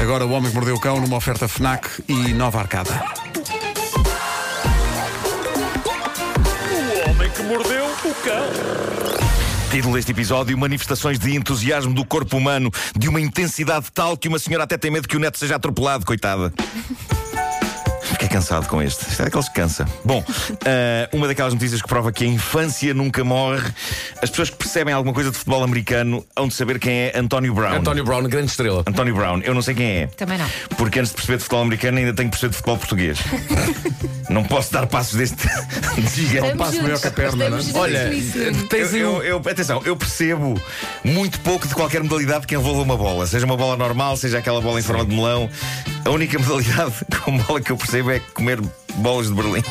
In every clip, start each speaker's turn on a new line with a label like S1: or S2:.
S1: Agora o Homem que Mordeu o Cão numa oferta FNAC e Nova Arcada.
S2: O homem que mordeu o cão.
S3: Título deste episódio: Manifestações de entusiasmo do corpo humano, de uma intensidade tal que uma senhora até tem medo que o neto seja atropelado, coitada. Fiquei cansado com este. Isto é daqueles que cansa. Bom, ah, uma daquelas notícias que prova que a infância nunca morre. As pessoas que percebem alguma coisa de futebol americano hão de saber quem é António Brown.
S4: António Brown, grande estrela.
S3: António Brown, eu não sei quem é.
S5: Também não.
S3: Porque antes de perceber de futebol americano, ainda tenho que perceber de futebol português. não posso dar passos deste gigante.
S1: um passo maior que a perna, não é?
S4: Olha,
S3: Eu,
S4: um-
S3: eu- eu- atenção, eu percebo muito pouco de qualquer modalidade que envolva uma bola, seja uma bola normal, seja aquela bola em forma de melão. A única modalidade com bola que eu percebo é comer bolas de Berlim.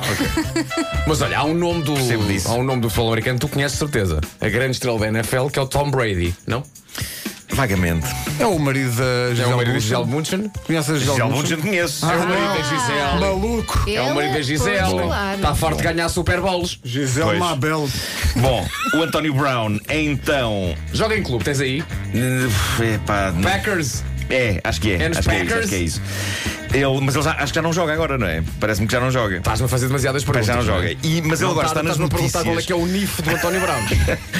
S4: Mas olha, há um nome do.
S3: Percebo disso.
S4: Há um nome do futebol americano que tu conheces de certeza. A grande estrela da NFL, que é o Tom Brady, não?
S3: Vagamente.
S1: É o marido da
S4: É o
S1: Gisele
S4: marido de Gisele
S1: Bündchen.
S4: Bunchen.
S1: Conhece a
S3: Já
S1: Gisele
S3: alguns
S1: Bündchen?
S3: eu conheço.
S4: É o marido
S1: Ah,
S4: da Gisele.
S1: Maluco!
S4: É o marido da Gisele. Tá Está farto de ganhar Super Bowls.
S1: Gisele
S3: Pois.
S1: Mabel.
S3: Bom, o António Brown é então. eh,
S4: Joga em clube, tens aí?
S3: Epá, não-
S4: Packers.
S3: É, acho que é.
S4: And
S3: Acho que é, isso,
S4: Packers.
S3: acho que é isso. Ele, mas ele já, acho que já não joga agora, não é? Parece-me que já não joga.
S4: Estás-me a fazer demasiadas perguntas. é?
S3: Parece que já não joga. E- mas ele agora está nas
S4: estás-me a perguntar
S3: notícias.
S4: qual é que é o NIF do António Brown.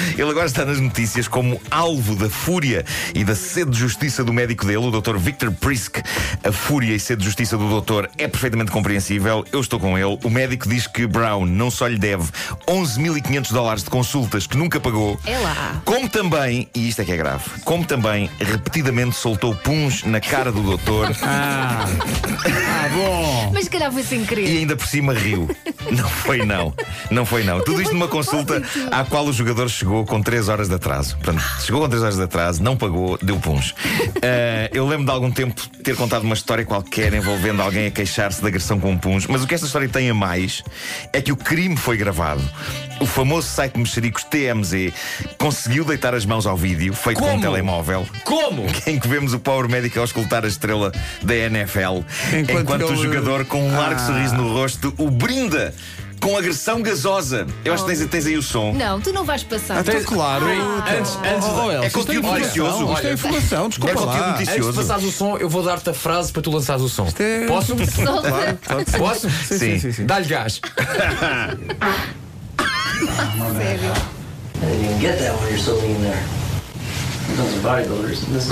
S3: Ele agora está nas notícias como alvo da fúria e da sede de justiça do médico dele, o Dr. Victor Prisk. A fúria e sede de justiça do doutor é perfeitamente compreensível. Eu estou com ele. O médico diz que Brown não só lhe deve 11.500 dólares de consultas que nunca pagou,
S5: É lá.
S3: como também, e isto é que é grave, como também repetidamente soltou puns na cara do doutor
S1: Ah, bom!
S5: Mas se calhar foi sem
S3: e
S5: querer.
S3: ainda por cima riu. Não foi não. Não foi não. Tudo isto numa consulta à qual o jogador chegou com 3 horas de atraso. Portanto, chegou com 3 horas de atraso, não pagou, deu puns. Ah, eu lembro de algum tempo ter contado uma história qualquer envolvendo alguém a queixar-se de agressão com puns, mas o que esta história tem a mais é que o crime foi gravado. O famoso site de mexericos TMZ conseguiu deitar as mãos ao vídeo, feito com um
S4: Como?
S3: telemóvel
S4: Como?
S3: em que vemos o Power Médico ao escutar a estrela da NFL,
S1: Enquanto
S3: enquanto,
S1: ele-
S3: o jogador, com um largo
S1: Ah.
S3: sorriso no rosto, o brinda com agressão gasosa. Eu acho que tens, tens aí o som.
S5: Não, tu não vais passar.
S1: Então, claro.
S4: Antes, antes
S1: Oh,
S4: de...
S1: Elsa,
S3: é
S1: isto
S3: conteúdo
S1: informação,
S3: noticioso.
S1: Isto é
S4: Olha,
S1: informação, desculpa
S3: é conteúdo
S1: lá.
S3: noticioso.
S4: Antes de passares o som, eu vou dar-te a frase para tu lançares o som.
S1: é-
S4: Posso?
S5: Solta.
S1: Claro, claro.
S4: Posso?
S1: Sim,
S3: Sim.
S1: sim, sim.
S4: Dá-lhe gás.
S5: Sério.
S6: I didn't even get that one. You're so lean there. Here comes the bodybuilders. This is.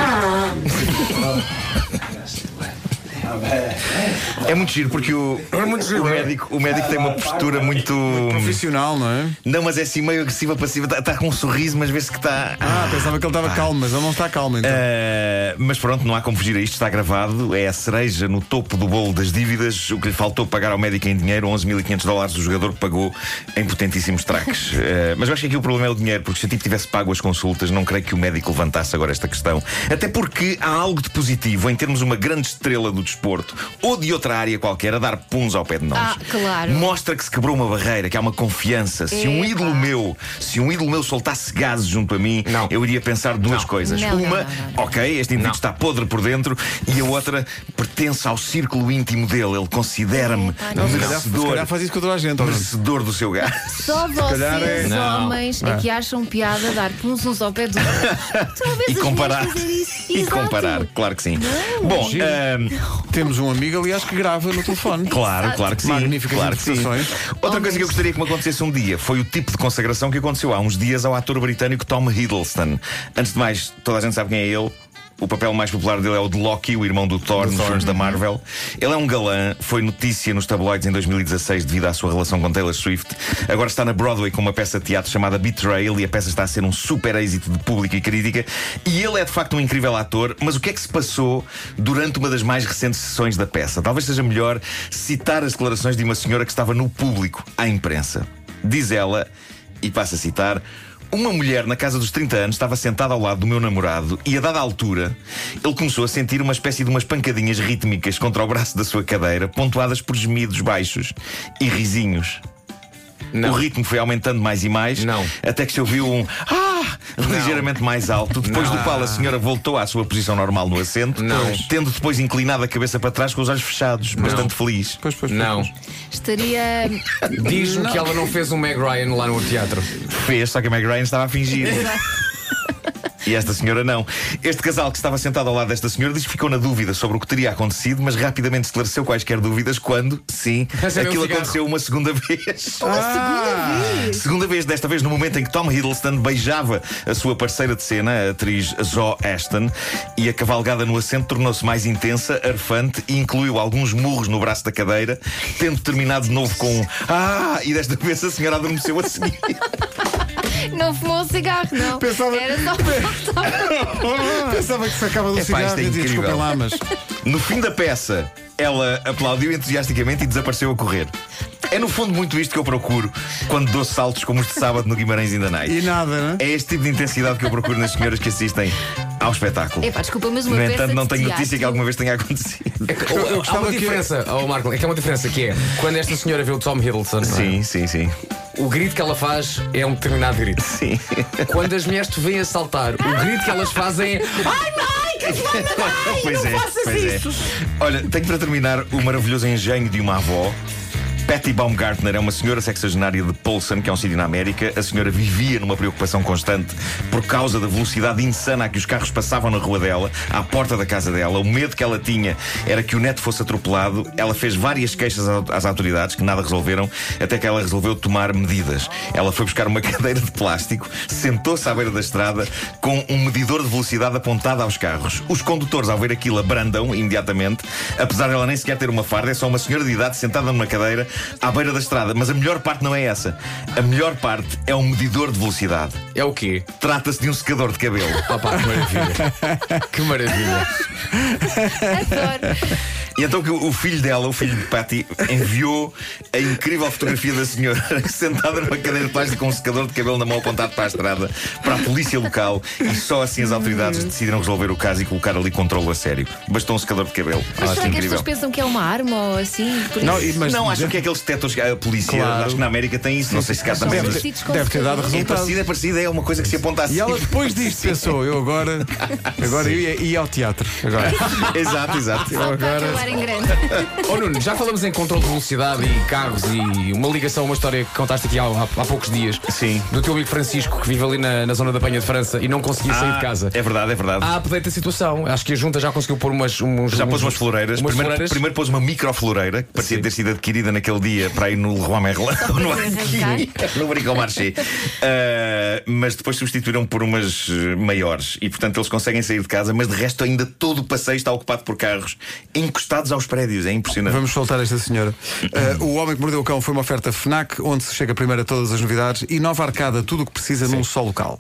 S6: How bad.
S3: É muito giro porque o,
S1: É
S3: o médico, o médico tem uma postura muito.
S1: Profissional, não é?
S3: Não, mas é assim meio agressiva, passiva. Está com um sorriso, mas vê-se que tá- está.
S1: Ah, pensava que ele estava calmo, mas ele não está calmo então.
S3: Uh, mas pronto, não há como fugir a isto, está gravado. É a cereja no topo do bolo das dívidas. O que lhe faltou pagar ao médico em dinheiro, 11.500 dólares, o jogador pagou em potentíssimos traques. Uh, mas eu acho que aqui o problema é o dinheiro, porque se o tipo tivesse pago as consultas, não creio que o médico levantasse agora esta questão. Até porque há algo de positivo em termos uma grande estrela do desporto ou de outra área qualquer a dar puns ao pé de nós.
S5: Ah, claro.
S3: Mostra que se quebrou uma barreira, que há uma confiança. Se um
S5: É,
S3: ídolo
S5: claro.
S3: meu, se um ídolo meu soltasse gases junto a mim,
S4: Não.
S3: eu iria pensar duas
S4: Não.
S3: coisas.
S5: Não, não,
S3: Uma,
S5: não, não,
S3: ok, este indivíduo
S4: Não.
S3: está podre por dentro, e a outra pertence ao círculo íntimo dele. Ele considera-me
S5: Ah, não.
S1: Não, Então, se calhar- se calhar
S3: merecedor,
S1: faz isso com toda a gente. ou não?
S3: merecedor do seu gás.
S5: Só
S1: calhar é-
S5: vocês,
S4: Não.
S5: homens, é que acham piada dar puns uns ao pé dos outros. Tu às vezes
S3: E
S5: as
S3: comparar.
S5: mulheres fazem isso.
S3: E
S5: Exato.
S3: comparar, claro que sim. Bom, ehm,
S1: Giro.
S3: ahm,
S1: Temos um amigo, aliás, que grava no telefone.
S3: claro, claro que sim.
S1: Magníficas
S3: claro que sim.
S1: interpretações.
S3: Outra coisa que eu gostaria que me acontecesse um dia foi o tipo de consagração que aconteceu há uns dias ao ator britânico Tom Hiddleston. Antes de mais, toda a gente sabe quem é ele. O papel mais popular dele é o de Loki, o irmão do Thor nos filmes da Marvel. Ele é um galã, foi notícia nos tabloides em 2016 devido à sua relação com Taylor Swift. Agora está na Broadway com uma peça de teatro chamada Betrayal e a peça está a ser um super êxito de público e crítica. E ele é de facto um incrível ator, mas o que é que se passou durante uma das mais recentes sessões da peça? Talvez seja melhor citar as declarações de uma senhora que estava no público, à imprensa. Diz ela, e passo a citar. Uma mulher na casa dos 30 anos estava sentada ao lado do meu namorado e, a dada altura, ele começou a sentir uma espécie de umas pancadinhas rítmicas contra o braço da sua cadeira, pontuadas por gemidos baixos e risinhos. O ritmo foi aumentando mais e mais,
S4: Não.
S3: até que se ouviu um ah! ligeiramente mais alto. Depois do qual a senhora voltou à sua posição normal no assento,
S4: Não.
S3: tendo depois inclinado a cabeça para trás com os olhos fechados, bastante feliz.
S1: Pois, pois, pois,
S4: Não.
S1: pois.
S5: Estaria.
S4: Diz-me que ela não fez um Meg Ryan lá no teatro.
S3: Fez, só que a Meg Ryan estava a fingir. E E esta senhora não. Este casal que estava sentado ao lado desta senhora diz que ficou na dúvida sobre o que teria acontecido, mas rapidamente esclareceu quaisquer dúvidas quando, sim,
S4: Acendeu um
S3: aquilo
S4: cigarro. Ah.
S3: aconteceu uma segunda vez.
S1: Ah!
S5: Segunda vez.
S3: Segunda vez, desta vez no momento em que Tom Hiddleston beijava a sua parceira de cena, a atriz Zoe Ashton, e a cavalgada no assento tornou-se mais intensa, arfante e incluiu alguns murros no braço da cadeira, tendo terminado de novo com um Ah! E desta vez a senhora adormeceu a seguir.
S5: Não fumou um cigarro, não.
S1: Pensava-
S5: Era só um faltava.
S1: Pensava que se acaba do
S3: Epá,
S1: cigarro
S3: isto é
S1: e dizia,
S3: incrível.
S1: desculpem lá, mas.
S3: No fim da peça, ela aplaudiu entusiasticamente e desapareceu a correr. É no fundo muito isto que eu procuro quando dou saltos como os de sábado no Guimarães Indanais.
S1: E nada, né?
S3: É este tipo de intensidade que eu procuro nas senhoras que assistem ao espetáculo.
S5: Epá, desculpa, mas uma
S3: No
S5: peça
S3: entanto, não
S5: de
S3: tenho
S5: teatro-
S3: notícia que alguma vez tenha acontecido.
S1: eu
S4: É Há
S1: gostava
S4: uma
S1: que-
S4: diferença, oh, Marco, é que há uma diferença que é quando esta senhora vê o Tom Hiddleston, não é?
S3: Sim, sim, sim.
S4: o grito que ela faz é um determinado grito.
S3: Sim.
S4: Quando as mulheres te vêm assaltar, o grito que elas fazem é
S3: pois é, pois é. Olha, tenho para terminar o maravilhoso engenho de uma avó. Patty Baumgartner é uma senhora sexagenária de Polson, que é um sítio na América. A senhora vivia numa preocupação constante por causa da velocidade insana a que os carros passavam na rua dela, à porta da casa dela. O medo que ela tinha era que o neto fosse atropelado. Ela fez várias queixas ao- às autoridades que nada resolveram, até que ela resolveu tomar medidas. Ela foi buscar uma cadeira de plástico, sentou-se à beira da estrada com um medidor de velocidade apontado aos carros. Os condutores, ao ver aquilo, abrandam imediatamente, apesar dela nem sequer ter uma farda, é só uma senhora de idade sentada numa cadeira à beira da estrada. Mas a melhor parte não é essa. A melhor parte é o medidor de velocidade.
S4: É o quê?
S3: Trata-se de um secador de cabelo.
S4: Papá, que maravilha. Que maravilha.
S5: Adoro.
S3: E então que o filho dela, o filho de Patty, enviou a incrível fotografia da senhora sentada numa cadeira de plástico com um secador de cabelo na mão apontado para a estrada, para a polícia local, e só assim as autoridades decidiram resolver o caso e colocar ali controle a sério. Bastou um secador de cabelo.
S5: Mas
S3: Acho
S5: será que as
S3: incrível.
S5: pessoas pensam que é uma arma ou assim? Por
S1: Não,
S5: isso?
S1: e- mas
S3: não, acho que é aqueles detectores que a polícia,
S1: Claro.
S3: acho que na América tem isso, não sei se cá
S5: São
S3: também. mas
S5: parecidos com
S1: deve ter dado
S5: secadores.
S3: É
S1: resultado.
S3: parecido, é parecido, é uma coisa que se aponta assim.
S1: E ela depois disto pensou, eu agora. Agora eu ia, ia ao teatro. Agora.
S3: exato,
S1: É
S3: exato.
S5: Vai acabar em grande.
S4: Oh Nuno, já falamos em controle de velocidade e carros e uma ligação a uma história que contaste aqui há, há- há poucos dias.
S3: Sim.
S4: Do teu amigo Francisco que vive ali na, na zona da Penha de França e não conseguia sair
S1: Ah.
S4: de casa.
S3: É verdade, é verdade.
S4: Há update da situação. Acho que Ah, a junta já conseguiu pôr umas. Uns,
S3: Já
S4: uns-
S3: pôs umas floreiras.
S4: um Umas
S3: primeiro,
S4: floreiras.
S3: primeiro pôs uma microfloreira, que parecia
S4: Sim.
S3: ter sido adquirida naquele dia para ir no Leroy Merlin, ou no
S5: para
S3: Arquini, no Bricomarché. Ah, mas depois substituíram por umas eh, maiores. E portanto eles conseguem sair de casa, mas de resto ainda todo o passeio está ocupado por carros encostados aos prédios. É impressionante.
S1: Vamos soltar esta senhora. Uh, o Homem que Mordeu o Cão foi uma oferta FNAC, onde se chega primeiro a todas as novidades e nova arcada, tudo o que precisa num só local.